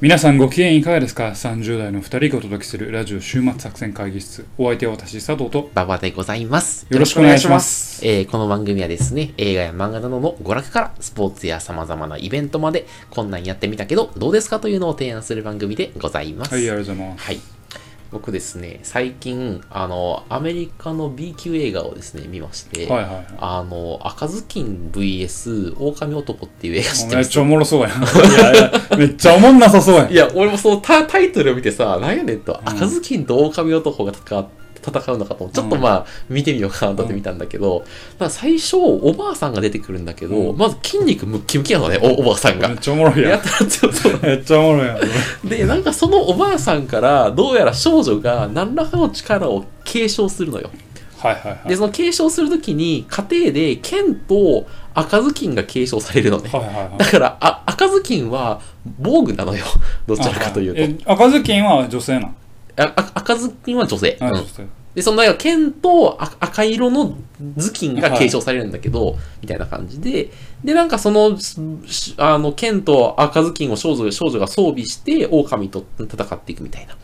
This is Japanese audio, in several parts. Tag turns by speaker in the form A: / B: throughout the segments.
A: 皆さんご機嫌いかがですか ?30 代の2人がお届けするラジオ週末作戦会議室。お相手は私、佐藤と
B: ババでございます。
A: よろしくお願いします。
B: えーこの番組はですね、映画や漫画などの娯楽からスポーツや様々なイベントまで、こんなんやってみたけど、どうですかというのを提案する番組でございます。
A: はい、ありがとうございます。
B: はい僕ですね、最近、あの、アメリカの B 級映画をですね、見まして、
A: はいはいはい。
B: あの、赤ずきん VS 狼男っていう映画知って
A: め
B: ま
A: っ
B: す
A: ちゃおもろそうやん。いやいや、めっちゃおもんなさそうやん。
B: いや、俺もそのタタイトルを見てさ、なんやねんと、赤ずきんと狼男が戦う戦うのかと、ちょっとまあ、見てみようかなと思って見たんだけど、まあ最初、おばあさんが出てくるんだけど、
A: うん
B: まず筋肉ムッキムキなのね、おおばあさん
A: めっ
B: が。
A: ちゃおもろい
B: や
A: やん
B: っ。たらちょっと
A: めっちゃおもろいやん。
B: で、なんかそのおばあさんから、どうやら少女が何らかの力を継承するのよ。
A: はいはいは
B: で、
A: い。
B: その継承するときに、家庭で剣と赤ずきんが継承されるのね。
A: はいはいはい
B: だ。から、あ赤ずきんは防具なのよ。どちらかというと。
A: と。え、赤ずきんは女性なの
B: ああ赤ずきんは女性。
A: あ
B: うん
A: 女性
B: で、その、だから剣とあ赤色の頭巾が継承されるんだけど、みたいな感じで、で、なんかその、すしあの、剣と赤頭巾を少女少女が装備して、狼と戦っていくみたいな。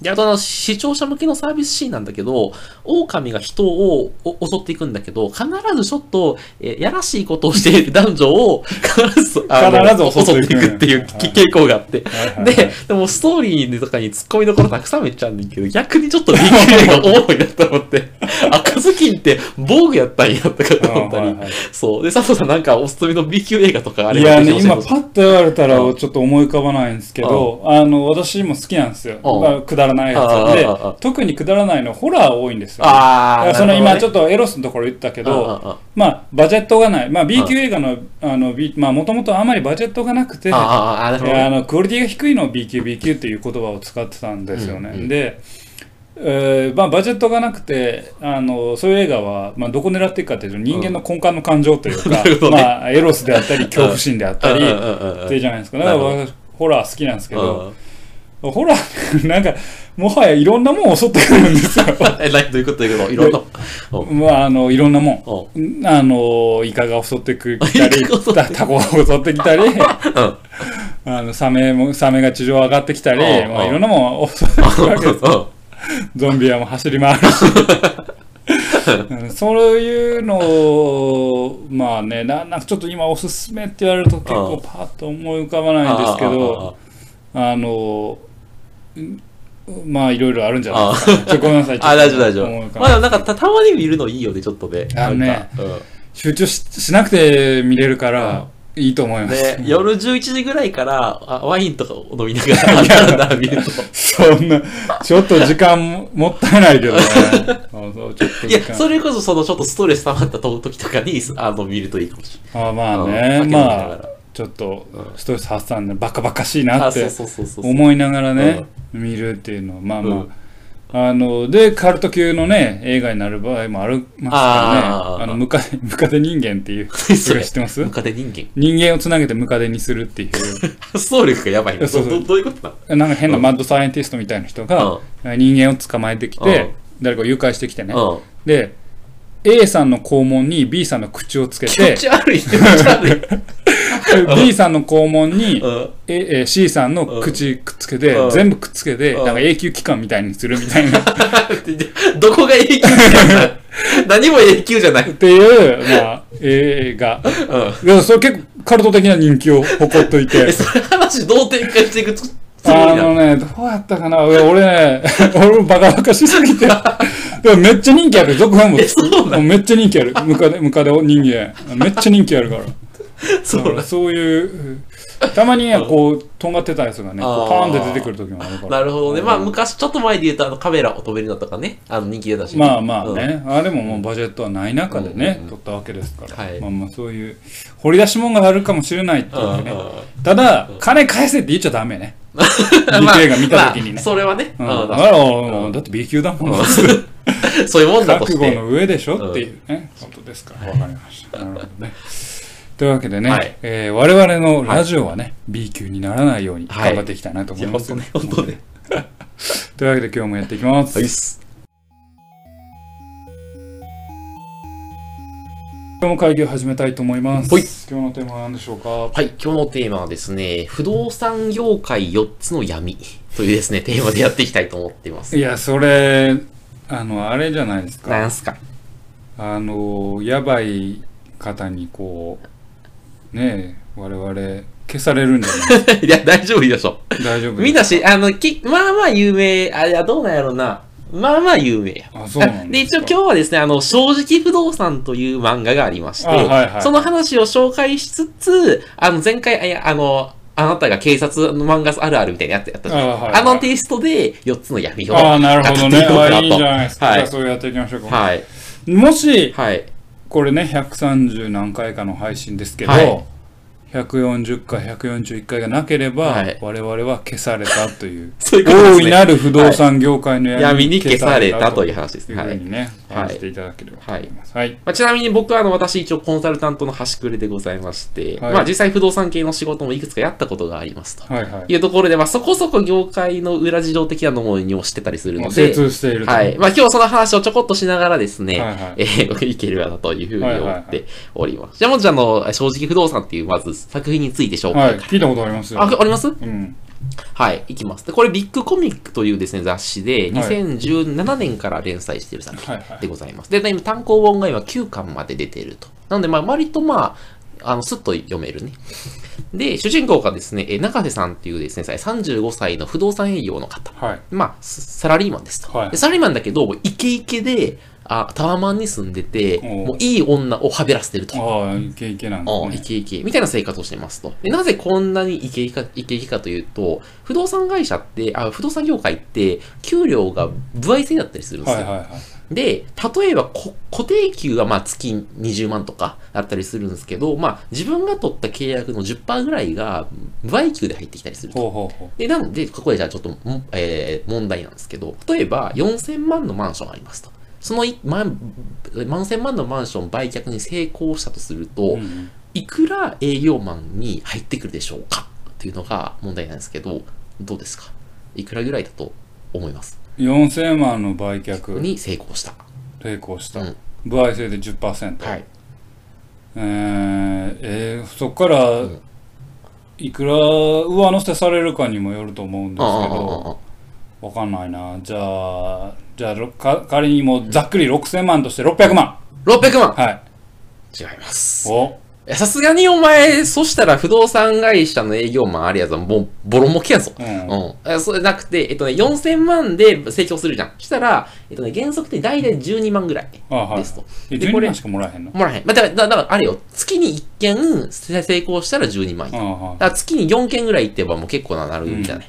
B: で、あとあの、視聴者向けのサービスシーンなんだけど、狼が人をお襲っていくんだけど、必ずちょっと、えーやらしいことをしている男女を、必ず、あの
A: 必ず襲っていく
B: 襲っていくっていう傾向があって、
A: はいはいはい
B: で、でもストーリーとかに突っ込みどころたくさんめっちゃあるんだけど、逆にちょっと B 級映画おもろいなと思って、赤ずきんって防具やったんやとかと思った
A: あ
B: り
A: はいはい、
B: そう。で、佐藤さんなんかおすすめの B 級映画とかあれ
A: いやね、
B: 教え
A: 今
B: てほし
A: パッと言われたら
B: うん
A: ちょっと思い浮かばないんですけど、あの、私も好きなんですよ。
B: うん
A: まあくだらない
B: あ
A: や
B: あ
A: つで
B: あああ、
A: 特にくだらないのホラー多いんですよ。だ
B: あ
A: か
B: ー、
A: らその今ちょ
B: っ
A: っとエロスのところ言ったけど、
B: あ
A: まあバジェットがない。まあ B 級映画の、あの、B、まあもともとあまりバジェットがなくて、
B: あ、ああ、なるほど
A: いやあ
B: ね。
A: のクオリティが低いのを B 級 B 級っていう言葉を使ってたんですよね、
B: うんうん
A: で、えーまあ、バジェットがなくてあのそういう映画は、まあ、どこ狙っていくかっていうと人間の根幹の感情というか、
B: なるほどね
A: まあ、エロスであったり恐怖心であったり
B: うんうんうんうん
A: っていうじゃないですかだから
B: なるほ
A: 私ホラー好きなんですけ
B: う
A: ど
B: ん
A: ホラー なんかもはやいろんなもん襲ってくるんですよ
B: え、などういうことどういうこといろんな。うん
A: まああのいろんなもん
B: うん
A: あのイカが襲って くきた
B: イ
A: り
B: カが襲ってくる
A: タタコが襲ってきたり
B: うん
A: あのサメもサメが地上上がってきたり、
B: うん
A: まあ、
B: うん
A: いろんなもん襲ってくるわけですゾンビはもう走り回るし。 うんそういうのを、まあね、ななんかちょっと今おすすめって言われると結構パッと思い浮かばないんですけど、、あの、んまあいろいろあるんじゃないですかね。ちょっとごめんなさい。
B: あーあーあーあー、大丈夫大
A: ちょ
B: 丈
A: っと思い浮
B: 夫。
A: か
B: ま
A: ばない
B: あでもなんかたたまに見るのいいよね、ちょっとね。
A: あのね
B: なんか。うん
A: 集中ししなくて見れるから、いいと思います。
B: で、夜11時ぐらいからあワインとかを飲みながら、だんだん見ると。
A: そんな、ちょっと時間ももったいないけどね。そうそうちょっと
B: い
A: 時
B: や、
A: 間
B: それこそそのちょっとストレス溜まった時とかに、あの、見るといいかもし
A: あまあ
B: う
A: ね、
B: ん
A: まあ、ちょっとストレス発散でバカバカしい
B: れない。
A: な
B: あ、
A: って
B: そうそうそうそう。
A: 思いながらね、見るっていうのは、まあまあ、
B: うん
A: あの、で、カルト級のね、映画になる場合もありますからね、あ
B: あー
A: の、ムカデ、ムカデ人間っていう、
B: 何 それ
A: 知ってます
B: ムカデ人間。
A: 人間をつなげてムカデにするっていう、
B: 発想力がやばいな。
A: そ
B: ど
A: うそう
B: どどういうことなの
A: なんか変なマッドサイエンティストみたいな人が、人間を捕まえてきて、誰かを誘拐してきてね、
B: うん。
A: で、A さんの肛門に B さんの口をつけ
B: 気持
A: て、
B: ち悪い、気持ち悪い。
A: B さんの肛門に、
B: うん。
A: ええー C さんの口くっつけて、
B: うん
A: 全部くっつけて、
B: うん
A: なんか永久期間みたいにするみたいなっ
B: どこが永久じゃ ない何も永久じゃない。
A: て いう、まあ、映画。
B: うん。
A: でもそれ結構カルト的な人気を誇っとい
B: え、
A: て。
B: それ話どう展開していくつつも
A: あ
B: りな
A: の
B: の
A: ね、どうやったかないや俺ね、 俺もバカバカしすぎて。でもめっちゃ人気ある。続編も。
B: えそうなの
A: もうめっちゃ人気ある。ムカデ、ムカデ人間。めっちゃ人気あるから。
B: そう
A: うんそういう、たまにねこう、とんがってたやつがね、こうパーンって出てくる時もあるから。
B: なるほどね。まあ、昔、ちょっと前で言うと、あの、カメラを止めるのとかね、あの、人気出たし。
A: まあまあ
B: うん。
A: ね、あれももうバジェットはない中でね、
B: うんうんうん
A: 取ったわけですから、
B: はい
A: まあまあそういう掘り出し物があるかもしれないっていうね、ただ、金返せって言っちゃダ メね B 級映画見た時にね
B: まあ、、それはね、う
A: うんんだからもうだって B 級だもん、
B: そういうもんだと
A: 覚
B: し
A: 悟
B: て。
A: の上でしょっていうね、ことですからわかりましたなるほどねというわけでね、
B: はい
A: えー我々のラジオはね、B 級にならないように
B: はい
A: 頑張っていきたいなと思
B: い
A: いま
B: や、本
A: す、
B: 当ね、本当ね。
A: というわけで今日もやっていきます、
B: はいっす。
A: 今日も会議を始めたいと思います。
B: ほい
A: 今日のテーマは何でしょうか
B: はい、今日のテーマはですね、不動産業界4つの闇というですね、テーマでやっていきたいと思っています
A: い。や、それ、あの、あれじゃないです
B: な
A: か。
B: んすか
A: あの、やばい方にこう、ねえ、我々、消されるんじゃ ない
B: いや、大丈夫でしょ。
A: 大丈夫ですか
B: みんなし、あの、き、まあまあ有名、あ、いや、どうなんやろな。まあまあ有名や。
A: あ、そうなん
B: で、
A: です
B: 一応
A: か。
B: 今日はですね、あの、正直不動産という漫画がありまして、
A: あはいはい
B: その話を紹介しつつ、あの、前回、あいやあの、あなたが警察の漫画あるあるみたいなやつやったじゃん
A: あはいはい
B: あのテイストで4つの闇を
A: ああ、なるほどね。
B: 語っ
A: あ
B: て
A: い
B: い
A: い
B: こ
A: んじ
B: うか
A: ゃない
B: な
A: です
B: と。
A: か。じ
B: は
A: ゃあ、
B: い。
A: そうやっていきましょうか。
B: はい。
A: もし、
B: はい。
A: これね、130何回かの配信ですけど、
B: はい
A: 140回、141回がなければ、
B: はい
A: 我々は消されたという。
B: そういうことです
A: 大
B: ね。
A: いなる不動産業界の
B: 闇に消されたというう話です
A: ふ
B: ね。
A: う
B: はい。
A: にね、
B: はい
A: 感じていただければと思います。はい。
B: まあ、ちなみに僕はあの私一応コンサルタントの端くれでございまして、
A: はい
B: まあ実際不動産系の仕事もいくつかやったことがありますと。
A: はいはい。
B: いうところで、まあそこそこ業界の裏事情的なのもにも知ってたりする
A: も
B: の
A: う精
B: で、
A: 通していると。
B: はい。まあ今日はその話をちょこっとしながらですね、
A: はいはい
B: えーいけるかなというふうに
A: はいはい
B: 思
A: はい
B: っております。じゃあもうじゃああの、正直不動産っていうまず作品について紹
A: は
B: 介
A: い。聞いたことありますよ。
B: あ、あります
A: うん。
B: はい、いきます。で、これビッグコミックというですね、雑誌で、
A: はい
B: 2017年から連載している作
A: はいは
B: 品
A: い
B: でございます。で、今単行本が今9巻まで出ていると。なので、まあ、割とまあ、あの、すっと読めるね。で、主人公がですね、え中瀬さんっていうですね、35歳の不動産営業の方。
A: はい。
B: まあ、ササラリーマンですと。
A: はい
B: でサラリーマンだけど、もうイケイケで、あタワマンに住んでて、
A: おう
B: もういい女をはべらせてると。
A: ああ、いけいけなん
B: ああ、
A: で
B: イ
A: すね。
B: ケイケ。みたいな生活をしていますと。で、なぜこんなにイケイケかイケイケかというと、不動産会社って、あ、不動産業界って、給料が歩合制だったりするんで
A: は
B: す
A: い
B: よ。
A: はいはい。
B: で、例えばこ、固定給はまあ月20万とかだったりするんですけど、まあ自分が取った契約の10%ぐらいが、無配給で入ってきたりすると。
A: ほうほうほ
B: で、なので、ここでじゃあちょっとも、えー問題なんですけど、例えば4000万のマンションありますと。そのい、ま、4000万のマンション売却に成功したとすると、
A: う。うん
B: いくら営業マンに入ってくるでしょうかっていうのが問題なんですけど、どうですかいくらぐらいだと思います
A: 4000万の売却、
B: に成功した。
A: 成功した
B: うん。
A: 歩合制で10%。
B: はい。
A: えーえーそこから
B: ん
A: いくら上乗せされるかにもよると思うんですけ
B: ああ
A: どわかんないなじゃあじゃあろか仮にもうざっくり6000万として600万
B: 600万
A: はい
B: 違います。
A: お
B: いやさすがにお前、そしたら不動産会社の営業マンありやぞ。もう、ボロ儲けやぞ。
A: うん
B: うん。えそれなくて、えっとね、4000万で成長するじゃん。したら、えっとね、原則って大体12万ぐらい。
A: あはい
B: ですと
A: え
B: でこ
A: 12
B: れ
A: 万しかもらえへんの
B: もらえへん。まあ、だから、だだからあれよ。月に1件成功したら12万円
A: あ。は
B: だから月に4件ぐらい行ってばもう結構ななるんじゃない、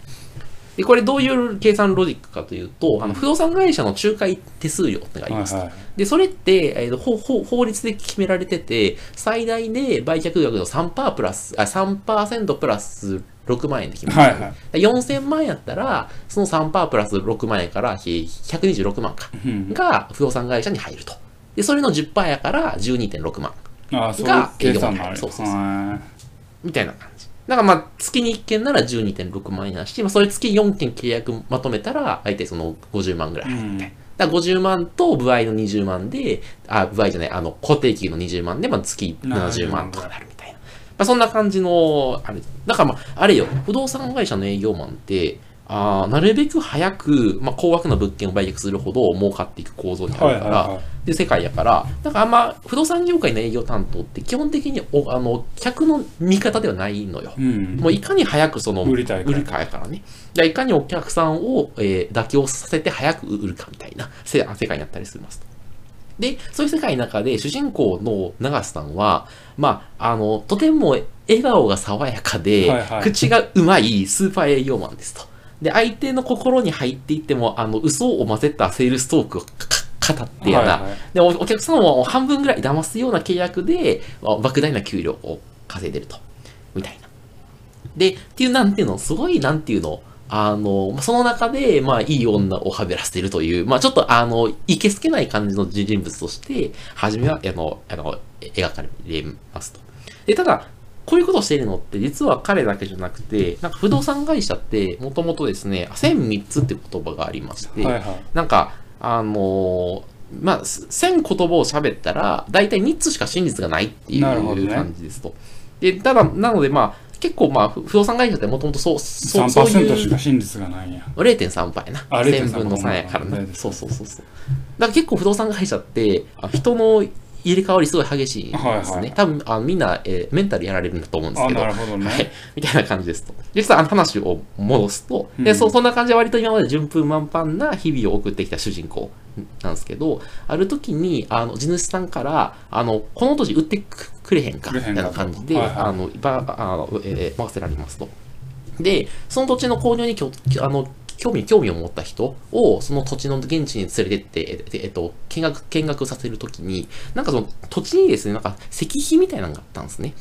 B: でこれどういう計算ロジックかというと、あの不動産会社の仲介手数料ってのがあ
A: い
B: り
A: はい
B: ますと、
A: はい
B: でそれって、えーと法法法律で決められてて最大で売却額の3%プラスあ3%プラス6万円で決められてる、
A: はいはい
B: で4000万円やったらその3%プラス6万円からひ126万か
A: うん
B: が不動産会社に入るとでそれの10%やから12.6万
A: あそういう計算もあ
B: が営業マン
A: る
B: そうそうそう
A: は
B: みたいな感じ。だからまあ、月に1件なら12.6万円だし、まあ、それ月4件契約まとめたら、大体その50万ぐらい
A: い
B: 入る。
A: うん
B: だから50万と部合の20万で、あ、部合じゃない、あの、固定給の20万で、まあ、月70万とかなるみたいな。まあ、そんな感じの、あれ。だからまあ、あれよ、不動産会社の営業マンって、あーなるべく早く、まあ、高額な物件を売却するほど儲かっていく構造にある
A: はい
B: から、
A: はいはい
B: っていう世界やから、なんかあんま不動産業界の営業担当って基本的におあの客の味方ではないのよ。
A: うん
B: もういかに早くその
A: 売りたいから
B: かやからね。だからいかにお客さんを、えー妥協させて早く売るかみたいなせ世界になったりしますと。で、そういう世界の中で主人公の永瀬さんは、まあ、あの、とても笑顔が爽やかで、
A: はいはい
B: 口がうまいスーパー営業マンですと。で、相手の心に入っていっても、あの、嘘を混ぜたセールストークをかか語ってやな、
A: はいはい
B: でおお客さんを半分ぐらい騙すような契約であ莫大な給料を稼いでるとみたいなでっていうなんていうのすごいなんていうのあのまあその中で、まあ、いい女をはべらせてるという、まあ、ちょっと、あの、いけすけない感じの人物として、初めは、あの、あの、描かれますと。で、ただ、こういうことをしているのって、実は彼だけじゃなくて、なんか不動産会社って、もともとですね、1003つって言葉がありまして、
A: はいはい
B: なんか、あのーまあ、1000言葉を喋ったら、大体3つしか真実がないってい
A: なるほど
B: う
A: ね
B: 感じですと。で、ただ、なので、まあ、結構、まあ、不不動産会社ってもともとそう、そう、そう
A: 3%
B: い
A: し
B: う
A: か、真実がないんや。
B: 0.3倍な。
A: あ0.3
B: 1000分の3やからな
A: 0.3。
B: そうそうそうそう。だから結構不動産会社って、あ人の入れ替わりすごい激しいんですね。
A: はいはい
B: 多分あ、みんな、えーメンタルやられるんだと思うんです
A: あ、
B: けど
A: なる。ほど
B: はい
A: ね。、
B: みたいな感じですと。で、さあの話を戻すと、
A: う
B: で
A: ん
B: そそんな感じで割と今まで順風満帆な日々を送ってきた主人公なんですけど、ある時に、あの、地主さんから、あの、この土地売ってくくれへんか、
A: くれ
B: み
A: へ
B: た
A: んか
B: いな感じで、
A: はいはい
B: あの、ばあのえー任せられますと。で、その土地の購入にきょきあの興味興味を持った人を、その土地の現地に連れてって、えっとえっと、見学、見学させるときに、なんかその土地にですね、なんか石碑みたいなのがあったんですね。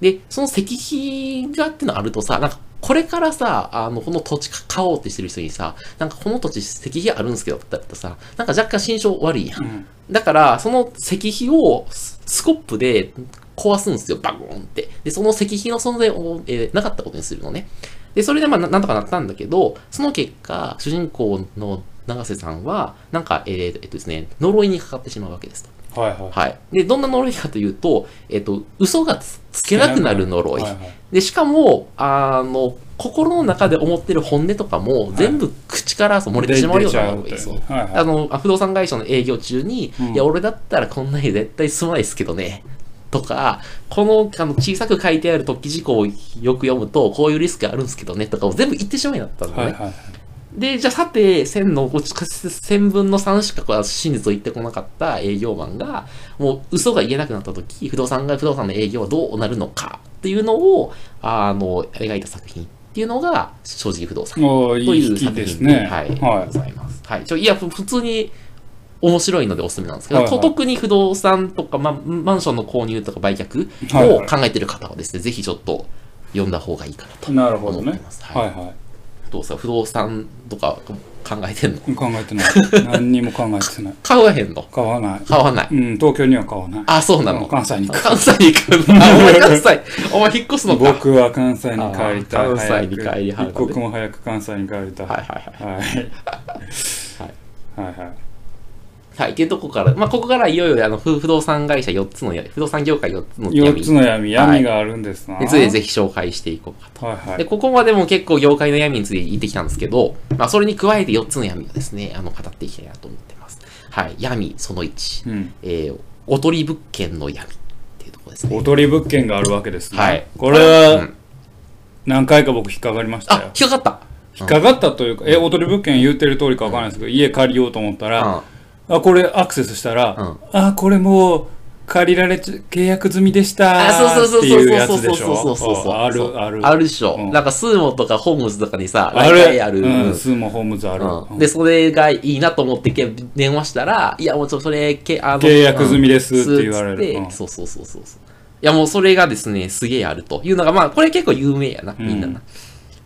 B: で、その石碑がってのあるとさ、なんかこれからさ、あの、この土地買おうってしてる人にさ、なんかこの土地石碑あるんですけどって言ったらさ、なんか若干心象悪いやん
A: う。ん
B: だから、その石碑をススコップで壊すんですよ、バゴーンって。で、その石碑の存在を、えーなかったことにするのね。で、それでまあななんとかなったんだけど、その結果、主人公の永瀬さんは、なんか、えーえっとですね、呪いにかかってしまうわけですと。
A: はいはい。
B: はい。で、どんな呪いかというと、えっと、嘘がつつけなくなる呪い
A: は。は
B: で、しかも、あの、心の中で思ってる本音とかも、全部口からそう漏れてしまうようなわけですよ
A: 出。ちゃうっていうはいはい
B: あの、あ不動産会社の営業中に、
A: うん
B: いや、俺だったらこんなに絶対住まないですけどね。とか、このあの小さく書いてある突起事項をよく読むと、こういうリスクあるんですけどね、とかを全部言ってしまいになったのね。
A: はいはい。
B: で、じゃあさて、1000の、1000分の3しかこう真実を言ってこなかった営業マンが、もう嘘が言えなくなった時、不動産が、不動産の営業はどうなるのかっていうのを、あの、描いた作品っていうのが、正直不動産
A: おー
B: と
A: いい
B: い
A: 引
B: う
A: き
B: 作
A: です
B: 品で、
A: ね。
B: はい、
A: は
B: ございます。はい。ちょいや、ふ普通に面白いのでおすすめなんですけど、
A: はいはい
B: と特に不動産とか、ま、マンションの購入とか売却
A: はいは
B: を
A: い
B: 考えてる方はですね、ぜひちょっと読んだ方がいいかなと
A: い。なるほ
B: 思
A: ど
B: って
A: ね
B: い。ます。
A: はいは
B: 不動産、不動産とか考えてんの
A: い。考えてない。何にも考えてない。
B: 買わへんの
A: 買わない。
B: 買わない。
A: うん、東京には買わない。
B: あ、そうなの。
A: 関西に行く。
B: 関西に行くんだ。あお前関西。お前引っ越すのか。はい
A: 僕は関西に帰りたい。
B: あー関西に帰り
A: 早
B: はる
A: く一刻も早く関西に帰りたい。
B: はい
A: は
B: はい。
A: い。はいはい。
B: はい。ってとこから、まあ、ここからいよいよ、あの、不不動産会社4つの、不動産業界4つの闇
A: 4つの闇、闇があるんですな。
B: についてぜひ紹介していこうかと。
A: はいは
B: で、
A: い。
B: ここまでも結構業界の闇について言ってきたんですけど、まあ、それに加えて4つの闇をですね、あの、語っていきたいなと思ってます。はい。闇その1。
A: うん。
B: えー、おとり物件の闇っていうところですね。
A: おとり物件があるわけですね。
B: はい
A: これ
B: う
A: は
B: ん、
A: 何回か僕引っかかりました
B: あ、
A: よ。
B: 引っかかった。
A: 引っかかったというか、え、おとり物件言うてる通りかわからないですけど、家借りようと思った
B: うん
A: ら、あ、これアクセスしたら、
B: うん
A: あ、これもう、借りられち契約済みでした
B: あ、そうそう
A: っ
B: そう
A: て
B: そう
A: いうや
B: そう
A: つ
B: そ
A: で
B: う
A: し
B: そう
A: ょ
B: そうそうそう。
A: あるある
B: あるでしょ。
A: うん
B: なんかスーモとかホームズとかにさ、
A: あ
B: 大体
A: る
B: ある。
A: うん、
B: う
A: 数もホームズある、
B: んで、それがいいなと思ってけ電話したら、いや、もうちょっとそれ、けあの
A: 契約済みですって言われる
B: うん
A: うん
B: そうそうそうそうそう。いや、もうそれがですね、すげえあるというのが、まあ、これ結構有名やな、みんなな。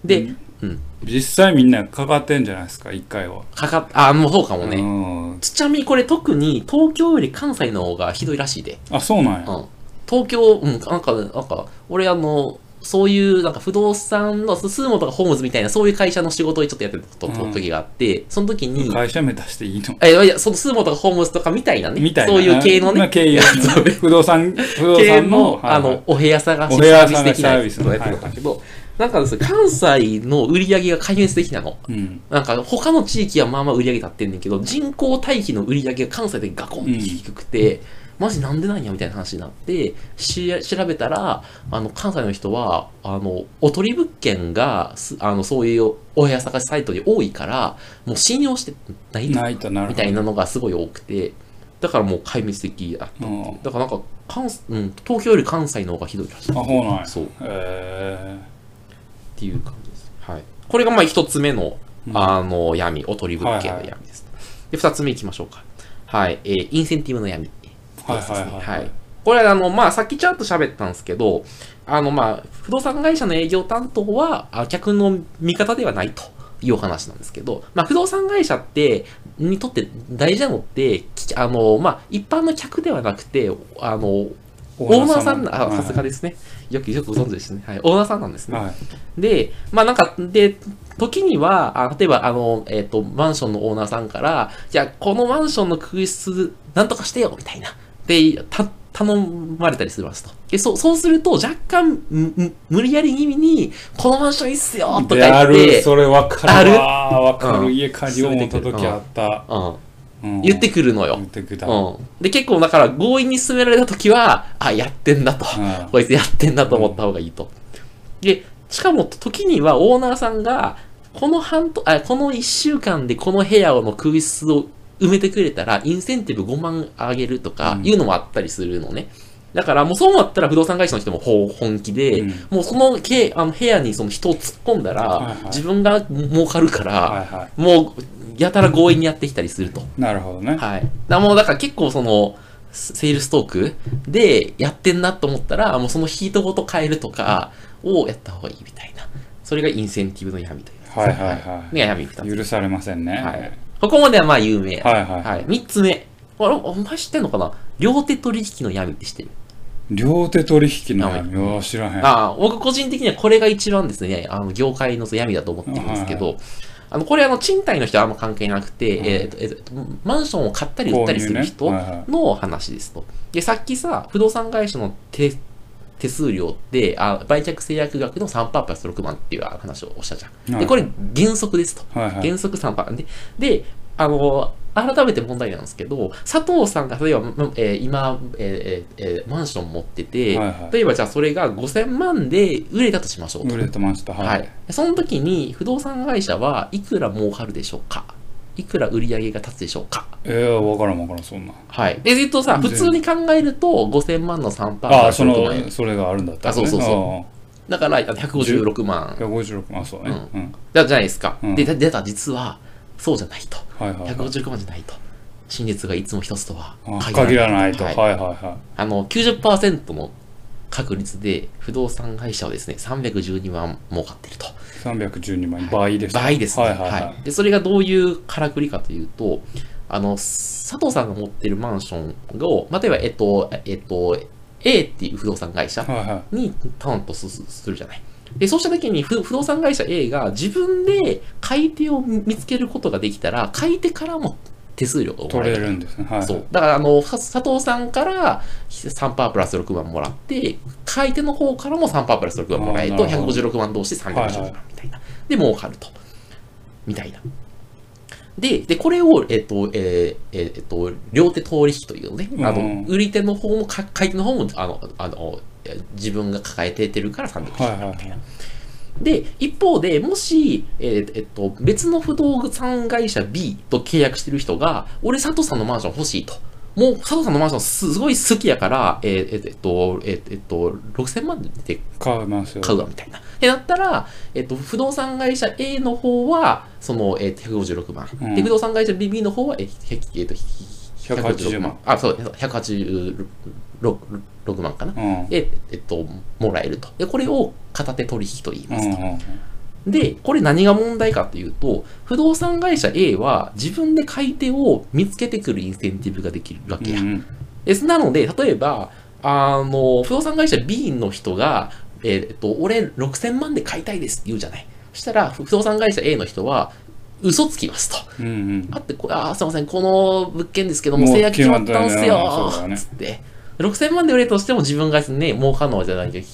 B: で、うん、
A: 実際みんなかかってんじゃないですか一回は、
B: かかっ、あ、もうそうかも
A: う
B: ね。
A: ん
B: ちなみにこれ特に東京より関西の方がひどいらしいで。
A: あそうなんや、
B: うん、東京、うん、なんか、なんか、俺あの、そういう、なんか不動産の、ススーモとかホームズみたいな、そういう会社の仕事をちょっとやってたこと
A: うん
B: 時があって、その時に、
A: 会社目指していいの
B: えいや、そのスーモとかホームズとかみたいなね、
A: みたいな
B: そういう系の
A: まあ
B: ね、
A: 経営
B: そう
A: 不動産不動
B: 系
A: 産
B: の
A: の、
B: あの、お部屋探し
A: お部屋
B: サー
A: 探
B: ビ
A: し
B: ス的なやつとかや
A: サー
B: っ
A: ビスの
B: てたんだけど、なんかですね、関西の売り上げが壊滅的なの。
A: うん
B: なんか他の地域はまあまあ売り上げ立ってんねんけど人口対比の売り上げが関西でガコンって低くて、マジなんでなんやみたいな話になってし調べたらあの関西の人はあのおとり物件がすあのそういうお部屋探しサイトで多いからもう信用してない
A: ないとなる
B: みたいなのがすごい多くてだからもう壊滅的だったっていう
A: うん
B: だからなんか関、うん、東京より関西の方がひどいらしい
A: あそうなんや
B: そう
A: え
B: っていう感じです。はい、これがまあ一つ目の,、
A: うん
B: あの闇、おとり物件の
A: はい
B: 闇です。で、二つ目いきましょうか。はい、えーインセンティブの闇。
A: ーはいはいはい、
B: はい。これ、あの、まあ、さっきちらっと喋ったんですけど、あの、まあ、不動産会社の営業担当は、あ客の味方ではないというお話なんですけど、まあ、不動産会社って、にとって大事なのって、きあの、まあ、一般の客ではなくて、あの、オーナーさんな、あ、さすが
A: で
B: ですね。よく、よくご存知ですね。はい。オーナーさんなんですね。
A: はい
B: で、まあなんか、で、時には、あ例えば、あの、えっ、と、マンションのオーナーさんから、じゃあ、このマンションの空室、なんとかしてよ、みたいな。で、た、頼まれたりしますと。で、そう、そうすると、若干、むむ無理やり気味に、このマンションいいっすよ、とか言
A: や
B: っ
A: る、
B: て、
A: それわかるわ。わか
B: う
A: る。
B: ん
A: 家借りよう思った時あった。
B: うん、
A: うん
B: 言ってくるのよ
A: 言。ってくだ。うん
B: うん。で、結構だから強引に進められた時は、あ、やってんだと。こいつやってんだと思った方がいいと。で、しかも時にはオーナーさんが、この半と、あ、この1週間でこの部屋の空室を埋めてくれたら、インセンティブ5万あげるとか
A: う、ん
B: いうのもあったりするのね。だから、もうそうなったら不動産会社の人もほう本気で、
A: うん
B: もうそのけあの部屋にその人を突っ込んだら、
A: はいはい
B: 自分が儲かるから、
A: はいは
B: もう、やたら強引にやってきたりすると。
A: い。なるほどね。
B: はい。だもうだから結構その、セセールストークでやってんなと思ったら、もうそのヒートごと変えるとかをやった方がいいみたいな。それがインセンティブの闇というやつ
A: はいはいは
B: ね闇二つ。
A: い。許されませんね。
B: はいここまではまあ有名。
A: はいはい
B: 三つ目。あれ、お前知ってんのかな両手取引の闇って知ってる、
A: 両手取引の闇よう知らへん。は
B: ああ、僕個人的にはこれが一番ですね、あの業界の闇だと思ってるんですけど、あの、これあの、賃貸の人はあんま関係なくて、
A: うん
B: えーとえーと、マンションを買ったり売ったりする人
A: 購入ねはいは
B: の話ですと。で、さっきさ、不動産会社の手、手数料って、あ売却制約額の3%プラス6万っていう話をおっしゃるじゃん。
A: はい
B: で、これ原則ですと。
A: いはい。
B: 原則3番で、で、あの、改めて問題なんですけど、佐藤さんが例えば、まえー今、えーえーえーマンション持ってて、
A: はいはい
B: 例えばじゃあそれが5000万で売れたとしましょうと。
A: 売れてました。
B: は
A: はいい。。
B: その時に不動産会社はいくら儲かるでしょうかいくら売り上げが立つでしょうか
A: ええ、わからんわからん、そんな。
B: はい。で、ずっとさ、普
A: 全
B: 通に考えると5000万の3%パー
A: ああ、そ
B: 16万
A: の、それがあるんだったらね。
B: あそうそうそう
A: そ
B: だから156万
A: 156万、あそうね。うん。
B: だじゃないですか。
A: うん
B: で、だ出た実はそうじゃないと。
A: はいはいはい。
B: 150万じゃないと。真実がいつも一つとは
A: あ限らないと。
B: は
A: はいいはいは
B: あの、90%の確率で不動産会社はですね、312万儲かってると。
A: い。312万、倍です。
B: 倍ですね。
A: は
B: はいい
A: はいはい。
B: で、それがどういうからくりかというと、あの、佐藤さんが持ってるマンションを、まあ例えば、えっと、えっと、A っていう不動産会社
A: はいは
B: に頼むとすするじゃない。で、そうした時に不不動産会社 A が自分で買い手を見つけることができたら、買い手からも手数料が
A: い。
B: も
A: 取
B: らえ
A: れ
B: る
A: るんですね。はい。
B: そう。だから、あの、さ佐藤さんから3%プラス6万もらって、買い手の方からも3%プラス6万もらえると、
A: あーなるほど
B: 156万同士で316
A: はい
B: 万
A: はい
B: みたいな。で、儲かると。みたいな。で、で、これを、えっ、と、えーえーえっ、と、両手通り引きというのね、あ
A: う
B: の
A: ん、
B: 売り手の方も、か買い手の方も、あの、あの、えー自分が抱えててるから300
A: はいはいはい。
B: で、一方で、もし、えーえっと、別の不動産会社 B と契約してる人が、俺、佐藤さんのマンション欲しいと。もう、佐藤さんのマンションすすごい好きやから、えーえーえっと、えーえっと、6000万で
A: 買いますよ。
B: 買うわ、みたいな。ってなったら、えっと、不動産会社 A の方は、その、えー、156万。
A: うん
B: で、不動産会社 BB の方は、えー、ひひえっと、ひ
A: 180万。
B: あ、そう、186万かな。
A: うん。うん
B: で、えっと、もらえると。で、これを片手取引と言います。
A: うん。
B: で、これ何が問題かというと、不動産会社 A は自分で買い手を見つけてくるインセンティブができるわけや。
A: うん
B: ですなので、例えば、あの、不動産会社 B の人が、えーえっと、俺6000万で買いたいですって言うじゃない。そしたら、不動産会社 A の人は、嘘つきますと。
A: うんうん。
B: あってこあーすいません、この物件ですけども、
A: もう
B: 制約決まったんすよ
A: 決まったよね
B: つって、6000万で売れとしても自分がね、儲かんのはじゃないけど、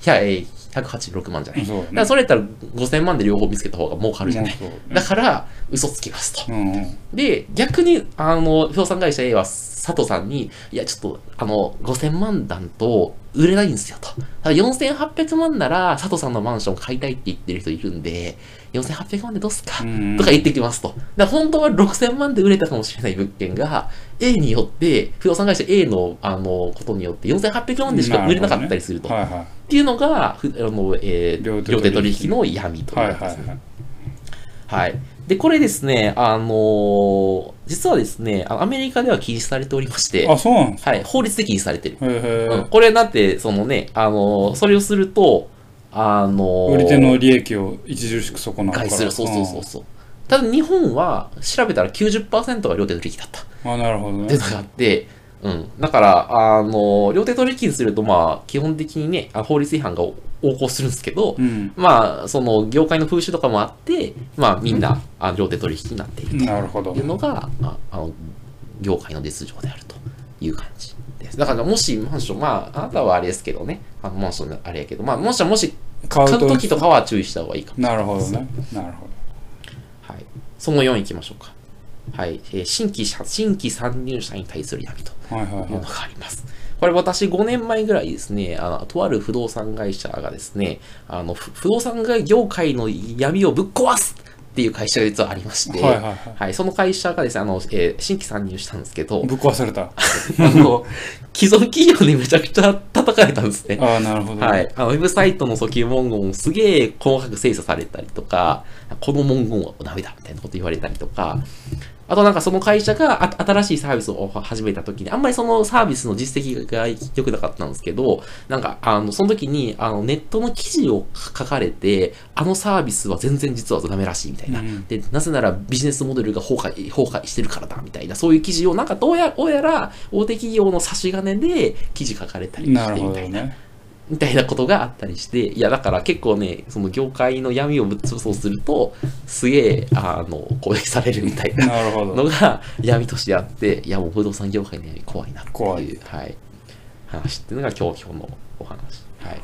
B: ひゃえー186万じゃない。
A: そうだね
B: からそれやったら5000万で両方見つけた方が儲かるじゃない。
A: もうそう
B: だから、嘘つきますと。
A: うんうん。
B: で、逆に、あの、不動産会社 A は佐藤さんに、いや、ちょっと、あの、5000万だと売れないんですよと。ただ4800万なら佐藤さんのマンション買いたいって言ってる人いるんで、4800万でどうっすか
A: うん
B: とか言ってきますと。だから本当は6000万で売れたかもしれない物件が、A によって、不動産会社 A の、あの、ことによって4800万でしか売れなかったりすると。
A: はいは
B: っていうのが、ふあの、えー両
A: 両手
B: 手取
A: 取
B: 引
A: 引
B: の闇と
A: い。は
B: いう
A: い
B: や
A: は
B: つ
A: い
B: ですね。
A: はい。
B: はい。で、これですね、あのー実はですね、あのアメリカでは禁止されておりまして、
A: あ、そうなんです
B: はい、法律で禁止されてる。
A: へえ
B: うん、これだって、そのね、あのーそれをすると、あのー
A: 売り手の利益を著しく損なうから。
B: 害する。そうそうそうそう。ただ日本は調べたら90%が両手取引だった。
A: うん。あ、なるほど
B: って
A: ね
B: いう。のがあって、うん。だから、あの、両手取引すると、まあ、基本的にね、あ法律違反が横行するんですけど、
A: うん。
B: まあ、その業界の風習とかもあって、まあ、みんな、あの両手取引になっている
A: なるほど
B: とい。うのが、ああの業界の実情であるという感じです。だから、もしマンション、まあ、あなたはあれですけどね、あのマンションのあれやけど、まあ、もしはもし
A: 買
B: 買
A: う
B: う
A: と
B: ときとかは注意した方がいいかも。
A: なるほどね。なるほ
B: はい。その4いきましょうか。はい。えー新規者、新規参入者に対する闇と。
A: ど。はいはいはい
B: もの。があります。これ私5年前ぐらいですね、あの、とある不動産会社がですね、あの、ふ不動産業界の闇をぶっ壊すっていう会社が実はありまして、
A: はいはいはい
B: その会社がですね、あの、えー新規参入したんですけど、
A: ぶっ壊された。あ
B: あの、既存企業にめちゃくちゃ叩かれたんですね。
A: あ、なるほど。
B: はい。あの、ウェブサイトの訴求文言をすげえ細かく精査されたりとか、この文言はダメだみたいなこと言われたりとか、あとなんかその会社があ新しいサービスを始めた時に、あんまりそのサービスの実績が良くなかったんですけど、なんかあの、その時にあのネットの記事を書かれて、あのサービスは全然実はダメらしいみたいな。
A: うん
B: で、なぜならビジネスモデルが崩壊、崩壊してるからだみたいな、そういう記事をなんかどうやどうやら大手企業の差し金で記事書かれたり してみた
A: ないる
B: な。
A: ほどね。
B: みたいなことがあったりして、いや、だから結構ね、その業界の闇をぶっ潰そうすると、すげえ、あの、攻撃されるみたいな
A: なるほ
B: の
A: ど。
B: が闇としてあって、いや、もう不動産業界の闇怖いなっていう、
A: 怖い
B: はい、話っていうのが今日、今日のお話。はい。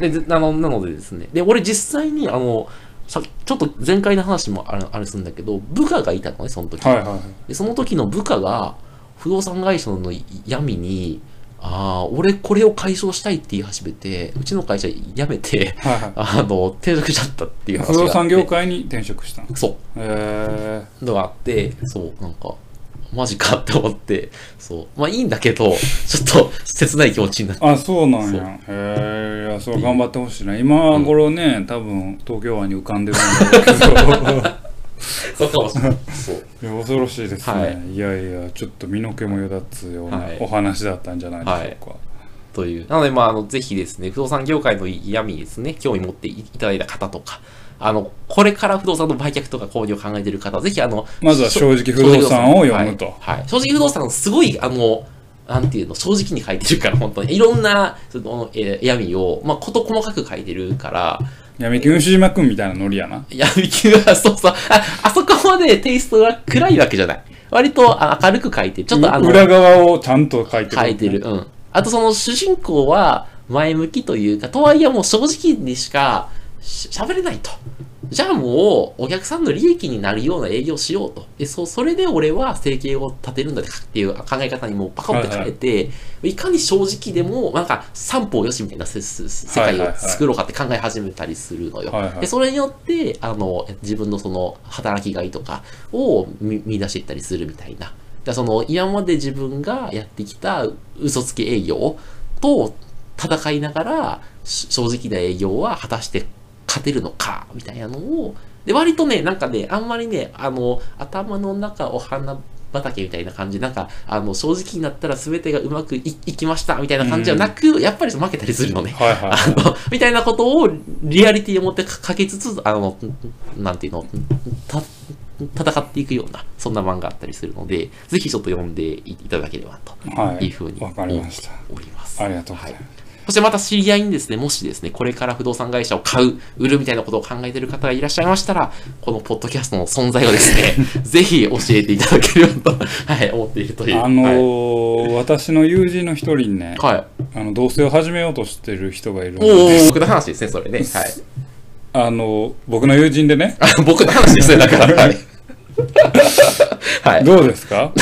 B: でずなのなのでですね、で、俺実際に、あの、さちょっと前回の話もあるあれするんだけど、部下がいたのね、その時。
A: はいはいはい。
B: でその時の部下が不動産会社の闇にああ俺これを解消したいって言い始めてうちの会社辞めて
A: はいはい
B: あの転職しちゃったっていう話が
A: 不
B: あって
A: 動産業界に転職したの
B: そ
A: え
B: うのがあってそうなんかマジかって思ってそうまあいいんだけどちょっと切ない気持ちになって
A: ー、あそうなん
B: そう
A: やへえいやそう頑張ってほしいな今頃ね、多分東京湾に浮かんでるんだ ろう
B: そうかもしれないそう
A: けどいや恐ろしいですね、、
B: はい
A: やいやちょっと身の毛もよだつような
B: はい
A: お話だったんじゃないでしょうか、
B: という。なので、まあ、あの、ぜひですね、不動産業界の闇にですね、興味持っていただいた方とか、あの、これから不動産の売却とか購入を考えている方、ぜひ、あの、
A: まずは
B: し
A: 正直不動産を読むと
B: はい。はい正直不動産、すごい、あの、なんていうの、正直に書いてるから、本当に。いろんな、その、えー闇を、まあ、こと細かく書いてるから、
A: 闇金牛島君みたいなノリやな
B: 闇金は、そうそう、あ、あそこまでテイストが暗いわけじゃない。割とあ明るく書いてる。ちょっとあの、
A: 裏側をちゃんと書いてる
B: 書いてる。うん。あとその主人公は前向きというか、とはいえもう正直にしかし喋れないと。じゃあもうお客さんの利益になるような営業をしようと。で、そ、それで俺は生計を立てるんだっていう考え方にもうパコって変えて、いかに正直でも、なんか三方よしみたいなせせ世界
A: はいはい
B: を
A: はい
B: 作ろうかって考え始めたりするのよ。
A: はいはい
B: で、それによって、あの、自分のその働きがいとかを見見出していったりするみたいな。だからその今まで自分がやってきた嘘つき営業と戦いながらし正直な営業は果たして勝てるのかみたいなのをで割とねなんかねあんまりねあの頭の中お花畑みたいな感じなんかあの正直になったら全てがうまくいいきましたみたいな感じじゃなくやっぱり負けたりするのね。
A: はいはい
B: あの、みたいなことをリアリティを持ってかかけつつ、あの、なんていうの、た、戦っていくような、そんな漫画あったりするので、ぜひちょっと読んでいただければと、
A: はい
B: い、うふうに
A: わかりました
B: おります。
A: ありがとうございます、
B: そしてまた知り合いにですね、もしですね、これから不動産会社を買う、売るみたいなことを考えている方がいらっしゃいましたら、このポッドキャストの存在をですね、ぜひ教えていただければと、はい、思っているという。
A: あのー私の友人の一人にね、
B: はい、はい。
A: あの同棲を始めようとしてる人がいるん
B: お
A: で
B: ー、僕の話ですね、それね。はい。
A: あの僕の友人でね
B: あ 僕の話ですね、だから。はい。はい。
A: どうです か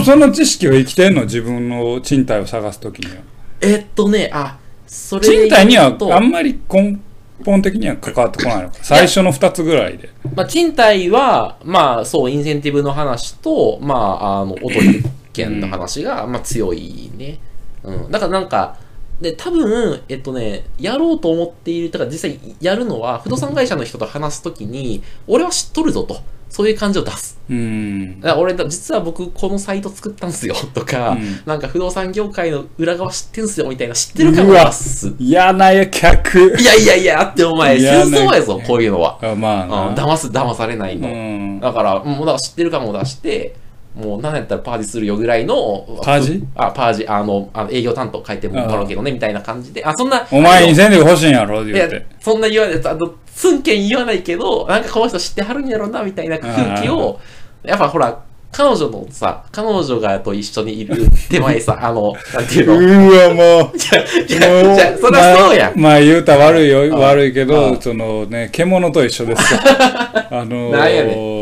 A: そその知識を生きてんの自分の賃貸を探すときには。
B: えっとね、あ、それ
A: 賃
B: で言う
A: 貸には
B: と
A: あんまり根本的には関わってこないのか。最初の2つぐらいで。
B: まあ、賃貸は、まあ、そう、インセンティブの話と、まあ、あの、おとり券の話が、まあ、強いね。うん。だからなんか、で、多分、えっとね、やろうと思っている、だから実際やるのは、不動産会社の人と話すときに、俺は知っとるぞと、そういう感じを出す。
A: うん。
B: だから俺だ実は僕このサイト作ったんすよ とか、
A: うん
B: なんか不動産業界の裏側知ってんすよみたいな知ってるかも
A: うわ
B: 出す
A: 嫌なや客。
B: いやいやいやあってお前
A: いや
B: 戦争やぞ
A: なんか
B: こういうのは、
A: あま
B: うん、
A: あな。
B: 騙す騙されないの、
A: うん。
B: だからもうだから知ってるかも出してもう何やったらパージするよぐらいの、
A: パージ
B: あ、パージ、あの、あの営業担当書いてもらうけどね、みたいな感じで。あ、そんな。
A: お前2000円欲しいんやろって
B: い
A: 言
B: や
A: って。、
B: そんな言わない、あの、つんけん言わないけど、なんかこの人知ってはるんやろな、みたいな空気を、やっぱほら、彼女のさ、彼女がと一緒にいる手 前さ、あの、なんていう
A: う
B: の、
A: ーわ、もう。
B: じゃじ
A: も
B: ゃじゃそりゃそうやん。
A: まあ、まあ言うたら悪いよ、
B: あ
A: 悪いけ
B: あ
A: ど、そのね、獣と一緒です よ。あの
B: なんや
A: ー、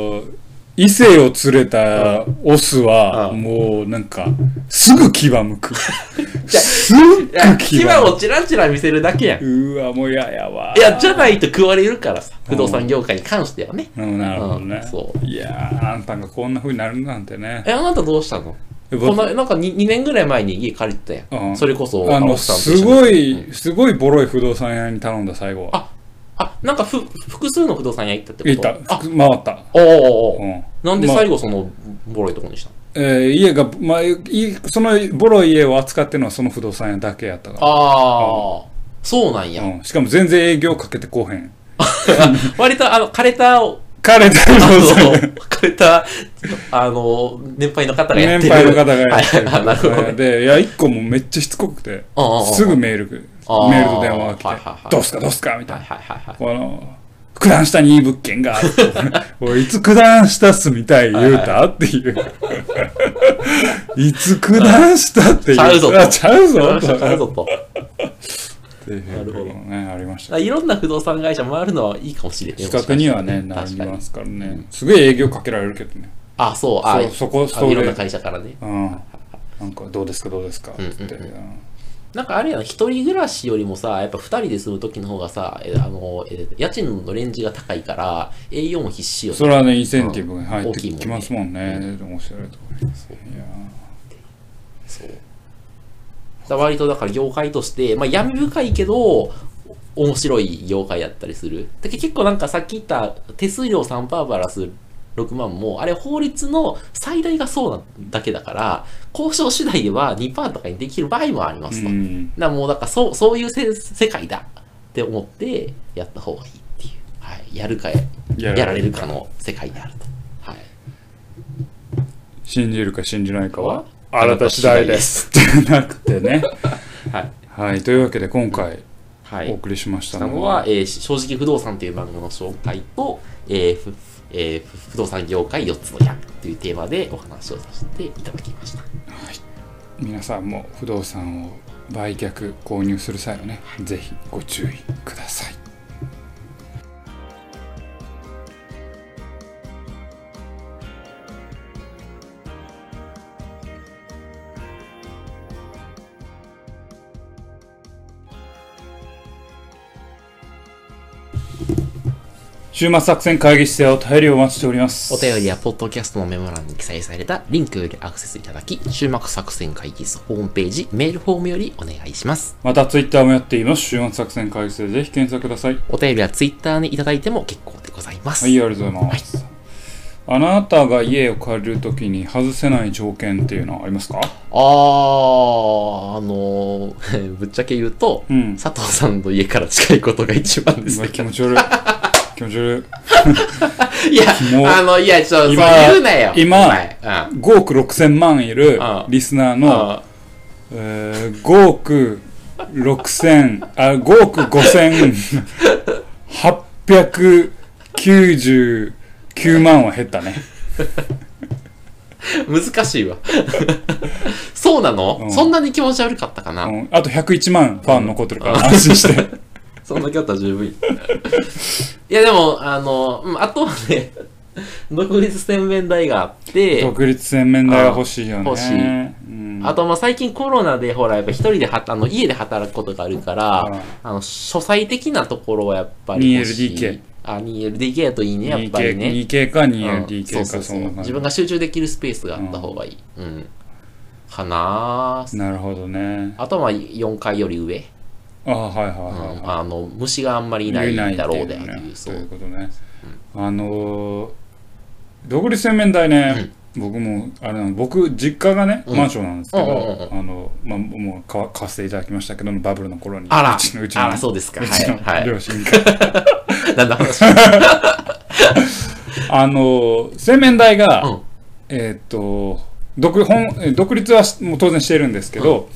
A: 異性を連れたオス
B: あ
A: は、もうなんか、すぐ牙むく。
B: じゃ
A: すぐ
B: いや、
A: 牙
B: 牙
A: む
B: をチラチラ見せるだけやん。
A: く。
B: いう
A: わ、もうややわ。
B: や、じゃないと食われるからさ、不動産業界に関してはね。
A: うんなるほどね
B: うん。そ
A: いやー、あんたがこんな風になるなんてね。
B: え、あなたどうしたのこのなんか 2, 二年ぐらい前に家借りてたやん。
A: うん
B: それこそ、
A: あの、
B: 奥さんと一緒に
A: すごい、すごいボロい不動産屋に頼んだ、最後は。
B: あ、あ、なんかふ複数の不動産屋行ったって
A: 行っ
B: こ
A: た。
B: とあ、
A: 回った。
B: おーおーおー
A: うん。
B: なんで
A: まあ
B: 最後そのボロいとこにしたの
A: えー家が、まあ、いそのボロい家を扱ってるのはその不動産屋だけやったから。
B: ああ、そうなんや。
A: うん、しかも全然営業かけてこうへん。
B: 割と、あの、枯れた、あの、
A: 彼だ そう
B: 枯れた、あの、年配の方が
A: 年
B: やってる。
A: 配の方がやって
B: はいあなるほどね
A: る。で、いや、一個もめっちゃしつこくて
B: ああああ、
A: すぐメールく、メ
B: ああ
A: ールと電話が来て、
B: はいはいはい
A: どうすかどうすかみたい
B: はい
A: な。
B: はいはいはい。
A: この、九段下にいい物件がある。 おいいつ九段下住みたい言うたっていう。いつ九段下って
B: ちゃ
A: 言
B: う
A: う
B: ぞ
A: た。
B: と。
A: あちゃうぞ
B: ちゃうぞと。
A: っていう
B: るほど
A: ね、ありました。
B: いろんな不動産会社回るのはいいかもしれない。
A: 比較にはね、な
B: 確
A: り
B: かに
A: ま。すからね。すごい営業かけられるけどね。
B: あ、そう、あ
A: そう、そこ、
B: あ
A: そ
B: い
A: れ
B: ろんな会社からね。
A: うん。なんか、どうですか、どうですか、つって。
B: うん
A: うん
B: なんかあれやな、一人暮らしよりもさ、やっぱ二人で住む時の方がさ、えあの、え家賃のレンジが高いから、栄養も必死よね。
A: それはね、インセンティブが入って
B: うん
A: きますもんね。面白いところですね。いや
B: そう。だから割とだから業界として、まあ闇深いけど、面白い業界だったりする。だけど結構なんかさっき言った手数料3パーバラス6万も、あれ法律の最大がそうなだけだから、交渉次第では2パーとかにできる場合もありますと。
A: う
B: だか
A: ん。
B: らもうだからそう、そういうせ世界だって思ってやった方がいいっていう。はい。やるかや
A: やる
B: られるかの世界であると。はい。
A: 信じるか信じないかは、
B: は
A: あなた次第です。じゃなくてね。
B: はい。
A: はい。というわけで、今回
B: は
A: お
B: い。
A: 送りしまし
B: したたの
A: の
B: は
A: は、、
B: えー正直不動産という番組の紹介と、えーふえーふ不動産業界4つの100というテーマでお話をさせていただきました。
A: 皆さんも不動産を売却、購入する際はね、ぜひご注意ください。週末作戦会議室でお便りをお待ちしております。
B: お便りやポッドキャストのメモ欄に記載されたリンクよりアクセスいただき、終幕作戦会議室ホームページ、メールフォームよりお願いします。
A: またツイッターもやっています。週末作戦会議室でぜひ検索ください。
B: お便りはツイッターにいただいても結構でございます。
A: はい、ありがとうございます。あなたが家を借りるときに外せない条件っていうのはありますか
B: あー、あのー ぶっちゃけ言うと、
A: うん。
B: 佐藤さんの家から近いことが一番です
A: うわ
B: ね。
A: 気持ち悪い。 気持ち悪
B: いや
A: も、う
B: あの、いや、ちょっと、そう
A: 今
B: 言うなよ。
A: 今
B: お前うん
A: い。5億6千万いる
B: ああ
A: リスナーの、えー、5億6千、あ、5億5千899万は減ったね。
B: うん難しいわ。 そうなの、
A: うん
B: そんなに気持ち悪かったかな、
A: うん、あと101万ファン残ってるから安心して。
B: そんだけだったら十分いい。いや、でも、あの、うんあとはね、独立洗面台があって、
A: 独立洗面台が欲しいよね。
B: 欲し
A: う
B: い
A: ん
B: あと、まあ、最近コロナで、ほら、やっぱ一人ではた、あの、家で働くことがあるから、
A: うん
B: あの、書斎的なところはやっぱり欲しい。
A: 2LDK
B: あ、2LDK やといいね、やっぱりね。
A: 2K か
B: う
A: 2LDK
B: んそうそ
A: か
B: うそ
A: そううな感
B: 自
A: じ
B: 分が集中できるスペースがあった方がいい、うんかなあ
A: なるほどね
B: あとは4階より上、
A: あはいはい
B: うん
A: はいは
B: あの虫があんまり
A: い
B: いない
A: いないって
B: だろ
A: いう
B: であるという
A: ね
B: そ
A: そうういうことねあのー独立洗面台ね僕もあれなの僕実家がね
B: うん
A: マンションなんですけ
B: うんうん
A: ど
B: う
A: あのまあもう買わ買わせていただきましたけどバブルの頃に
B: あら
A: うちのうち
B: あ
A: の
B: らそうですか
A: うちの
B: はいはい
A: 両親が
B: なんだ話
A: あのー洗面台が
B: うん
A: えーっと独本えー独立はしもう当然してるんですけど、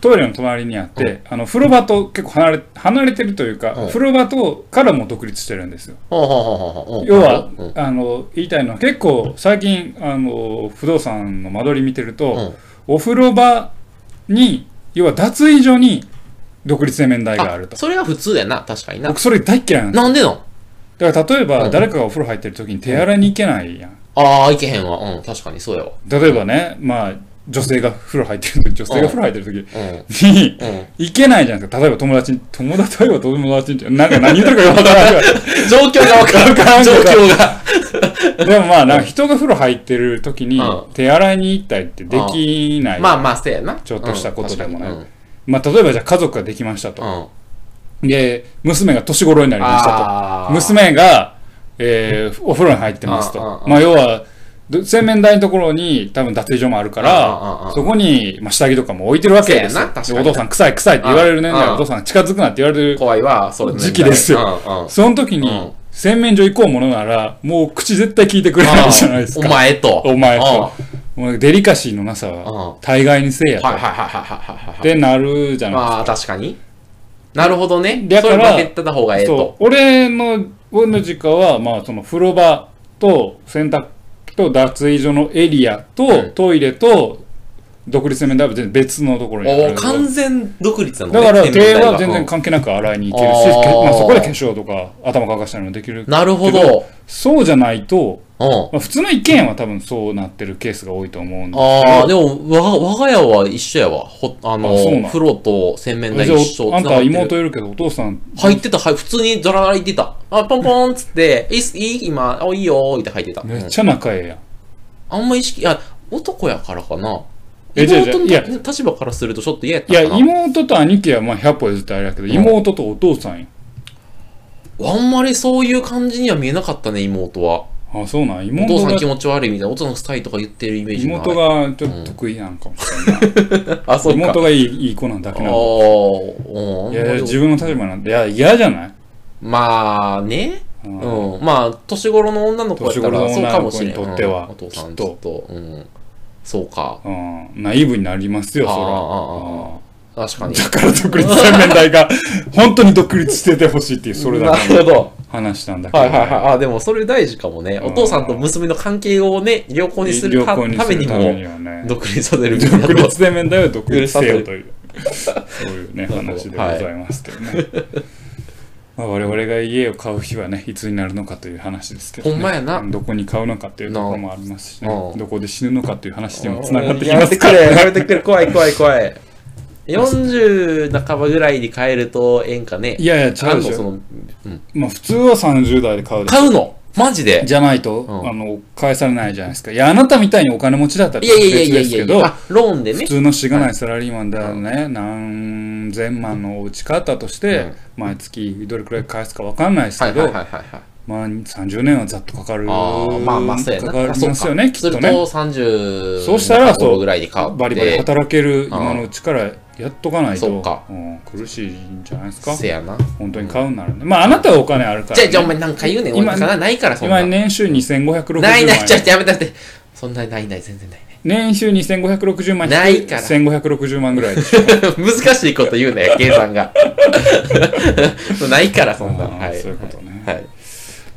A: トイレの隣にあって、あの風呂場と結構離れ離れてるというか、
B: うん
A: 風呂場とからも独立してるんですよ。
B: はあはあはあはあうん
A: 要は、
B: うん
A: あの言いたいのは結構最近あの不動産の間取り見てると、
B: うん
A: お風呂場に要は脱衣所に独立洗面台があると
B: それは普通やな、確かにな
A: 僕。それ大っ嫌いなんですよ
B: なんでなん
A: だから例えば、
B: うん
A: 誰かがお風呂入ってる時に手洗いに行けないやん
B: ああ、いけへんわ。うん、確かにそうやわ。
A: 例えばねまあ女性が風呂入ってる時女性が風呂入ってる
B: うん。
A: 時に、
B: うん。
A: 行けないじゃないですか例えば友達に友達例えば友達にってなんか何言ってるかよくわからない
B: 状況がわかる
A: わからん
B: 状
A: けど
B: 況が。
A: でもまあなんか人が風呂入ってる時に
B: うん
A: 手洗いに行ったりってできない、
B: まあまあ、そうやな。
A: ちょっとしたことでもね
B: うん確か
A: まあ例えばじゃあ家族ができました
B: に
A: と
B: う、ん。うん
A: で娘が年頃になりましたと
B: あー
A: 娘が、えーお風呂に入ってます
B: あああ
A: と。
B: あ
A: まあ、要は、ど洗面台のところに多分脱衣所もあるか
B: あああ
A: ら
B: あ、
A: そこに、まあ、下着とかも置いてるわけです
B: そう
A: よ
B: やな。確
A: で
B: かに
A: お父さん臭い臭いって言われる年代
B: ああ
A: お父さん近づくなって言われる。
B: 怖いわ、それの年代
A: 時期ですよ
B: うんうん
A: その時に、
B: うん
A: 洗面所行こうものなら、もう口絶対聞いてくれない じゃないです
B: お
A: か。
B: 前と。
A: お前と
B: うん
A: もうデリカシーのなさ
B: あ
A: は、大概にせいやと。
B: はいはい
A: っ
B: はいはいはいはい。
A: てなるじゃない
B: まあ、確かに。なるほどね。
A: だ
B: そ
A: か
B: れ
A: ら
B: 負けてた方がええ
A: そ
B: と。
A: う。俺の、俺の実家は、まあ、その風呂場と洗濯機と脱衣所のエリアと、
B: うん
A: トイレと、独立洗面台は全然別のところにあ
B: お
A: る
B: お完全独立なの
A: だ
B: ね。
A: から、
B: 洗面
A: 手
B: 台
A: は全然関係なく洗いに行けるし、
B: あー
A: けまあ、そこで化粧とか頭乾かしたりもできる
B: うん。なるほ
A: け
B: ど。
A: そうじゃないと、
B: うん。
A: まあ、普通の一軒家は多分そうなってるケースが多いと思うんで
B: ああ、でも、わ、我が家は一緒やわ。ほ、あの
A: あそうなん
B: 風呂と洗面台
A: じゃ
B: 一緒。
A: あ、あん
B: 繋がったてる
A: 妹いるけど、お父さん、
B: 入ってた、はい、普通にザラザラ行ってた。あ、ポンポンっつって、いいっす、いい今、あ、いいよー、って入ってた。
A: めっちゃ仲ええやん。
B: うんあんま意識、あ、男やからかな。
A: え違う違う
B: 妹の
A: いや
B: 立場からするとちょっと嫌やった
A: い
B: か
A: や、
B: な。
A: 妹と兄貴はまあ100歩譲ってあれだけど、妹とお父さんやん。
B: あんまりそういう感じには見えなかったね、妹は。
A: あ、そうなん
B: お父
A: 妹
B: さん
A: が
B: 気持ち悪いみたいな、お父さん臭いとか言ってるイメージない。
A: 妹がちょっと得意なんかもしれないな。
B: あ、 そうか。
A: 妹がいいいい子なんだ
B: あ
A: け
B: ー
A: なの。
B: おー
A: いやいや、自分の立場なんて、いや、嫌じゃない
B: まあね。
A: う
B: うんん。まあ、年頃の女の子やったら、
A: 年
B: そ
A: 頃の
B: うか
A: 女
B: も
A: の
B: し
A: 子に
B: れない。
A: とっては
B: うんお父さん、
A: きっ
B: ち
A: と
B: ょっと、うん。そうか。
A: うん、ナイーブになりますよ、そ
B: あーあー
A: ら。うん
B: 確かに。
A: だから独立洗面台 が、本当に独立しててほしいっていう、 それだ
B: な
A: け
B: るほど。
A: 話したんだけど。
B: はいはいはい。あ、でもそれ大事かもね。
A: うん
B: お父さんと娘の関係をね、良好にするた
A: 良好に
B: ため
A: す
B: に
A: るために
B: も、
A: はね。
B: 独立させるみたいな
A: 独
B: こと。
A: 立洗面台は独立せよという、そういう ね、
B: なるほど
A: 話でございますけどね。まあ、我々が家を買う日はね、いつになるのかという話ですけど、ね、
B: ほんまやな
A: どこに買うのかというところもありますしね
B: う、ん
A: どこで死ぬのかという話にもつながってきま
B: やめて
A: す
B: く
A: か
B: れ、や
A: ら、
B: めてくれ、怖い怖い怖い。40半ばぐらいに変えるとええんかね。
A: いやいや、違う
B: あん
A: で
B: の
A: し
B: そ
A: ょ。
B: の、うん
A: まあ、普通は30代で買うでしょ
B: 買うのマジで
A: じゃないと、
B: うん
A: あの、返されないじゃないですか。いや、あなたみたいにお金持ちだったら
B: いやいや
A: 別
B: いや
A: で
B: い
A: す
B: や
A: け
B: いや
A: ど、
B: あ、ローンでね
A: 普。通のしがないサラリーマンだよね、何千万のお家買ったとして、
B: うん
A: 毎月どれくらい返すか分かんないです
B: は
A: け
B: い
A: ど、
B: はいはいはいはい。
A: まあ30年はざっとかかる
B: あーまあまあ、そうやな。
A: かかりますよねきっ
B: そ
A: と
B: うかすると
A: ね
B: 30
A: そうしたらそう
B: ぐらいに買って。
A: バリバリ働ける
B: あー
A: 今のうちからやっとかない
B: そ
A: と
B: っか
A: うん苦しいんじゃないですか
B: せやな。
A: 本当に買うんならねまああなたはお金あるから、
B: じゃ
A: ね
B: あ、じゃあお前なんか言うねん。
A: 今
B: 俺からないから、そんな
A: 今。年収2560万
B: ない
A: 円
B: ない、ちょっとやめてやめて。そんなにないない、全然ない。
A: 年収2560万円
B: ないから
A: 1560万ぐらいでしょ
B: 難しいこと言う ね、計算が。 ないから、そんな。
A: あー
B: はい。
A: そういうことね、
B: はい。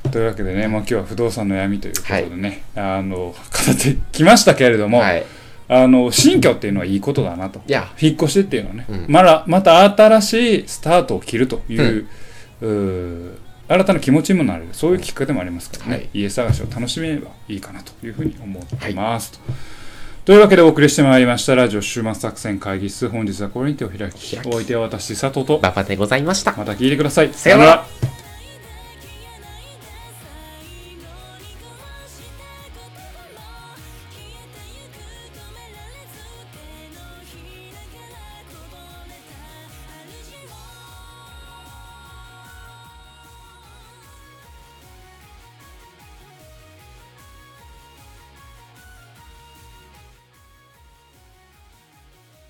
A: というわけでね、まあ、今日は不動産の闇ということでね、あの語ってきましたけれども、
B: はい。
A: あの新居っていうのはいいことだなと
B: いや、
A: 引っ越しっていうのはね、
B: うん
A: まだまた新しいスタートを切るという,うー、新たな気持ちにもなれるそういうきっかけでもありますからね、
B: はい
A: 家探しを楽しめればいいかなというふうに思ってますと。というわけでお送りしてまいりましたラジオ終末作戦会議室本日はこれにてお開き
B: 開き
A: お相手は私佐藤と
B: 馬場でございました。
A: また聞いてください
B: さようなら